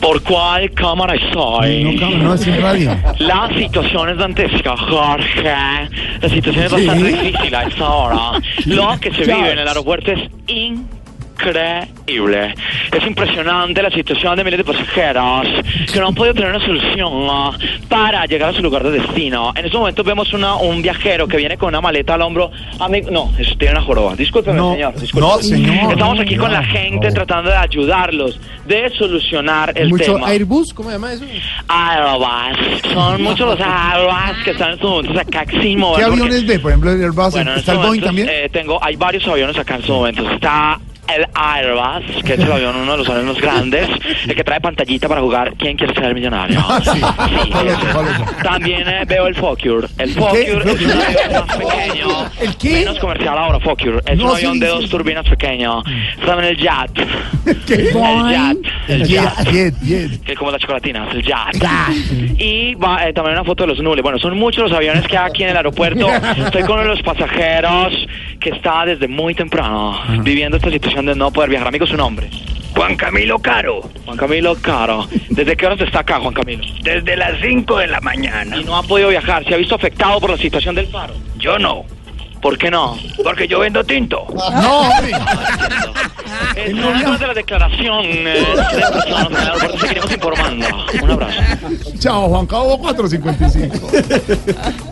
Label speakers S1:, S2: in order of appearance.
S1: ¿Por cuál cámara estoy?
S2: No, cam- no es en radio.
S1: La situación es dantesca, Jorge. La situación es
S2: Sí.
S1: bastante difícil a esta hora. Lo que se vive en el aeropuerto es increíble. Es impresionante la situación de miles de pasajeros que no han podido tener una solución ¿no? para llegar a su lugar de destino. En este momento vemos una, un viajero que viene con una maleta al hombro. Ami- no, eso tiene una joroba. Discúlpeme,
S2: No,
S1: señor.
S2: no,
S1: discúlpeme.
S2: señor.
S1: Estamos aquí con
S2: No,
S1: la gente
S2: no.
S1: tratando de ayudarlos, de solucionar el
S2: Mucho
S1: tema.
S2: Airbus, ¿cómo se llama eso? ¿Qué
S1: Airbus. Son muchos los Airbus que están en estos momentos acá sin mover. porque-
S2: aviones ve? Por ejemplo, el Airbus.
S1: Bueno, en
S2: ¿Está
S1: estos
S2: el Boeing
S1: momentos,
S2: también?
S1: eh, tengo, hay varios aviones acá en estos momentos. Está el Airbus, que es el avión, uno de los aviones más grandes, el que trae pantallita para jugar ¿Quién quiere ser el millonario?
S2: Ah, sí. ¿Cuál es?
S1: ese.
S2: ¿Cuál es?
S1: También eh, veo el Focur. El Focur
S2: ¿Qué?
S1: es un
S2: ¿Focur?
S1: avión más pequeño.
S2: ¿El qué?
S1: Menos comercial ahora, Focur. Es
S2: No,
S1: un
S2: sí,
S1: avión de
S2: sí, Mm.
S1: dos
S2: sí.
S1: turbinas pequeño. También el Jet.
S2: ¿Qué?
S1: El Jet.
S2: El Jet, Jet, Jet.
S1: que es como la chocolatina, el jazz. Y va, eh, también una foto de los nules. Bueno, son muchos los aviones que hay aquí en el aeropuerto. Estoy con uno de los pasajeros que está desde muy temprano viviendo esta situación de no poder viajar. Amigo, su nombre.
S3: Juan Camilo Caro,
S1: Juan Camilo Caro. ¿Desde qué horas está acá, Juan Camilo?
S3: desde las 5 de la mañana.
S1: Y no ha podido viajar. ¿Se ha visto afectado por la situación del paro?
S3: Yo no,
S1: ¿Por qué no?
S3: porque yo vendo tinto.
S2: No, hombre.
S1: Eh, Son algunas de las declaraciones de personas en el aeropuerto. Seguiremos informando. Un abrazo.
S2: Chao, Juan Cabo 455.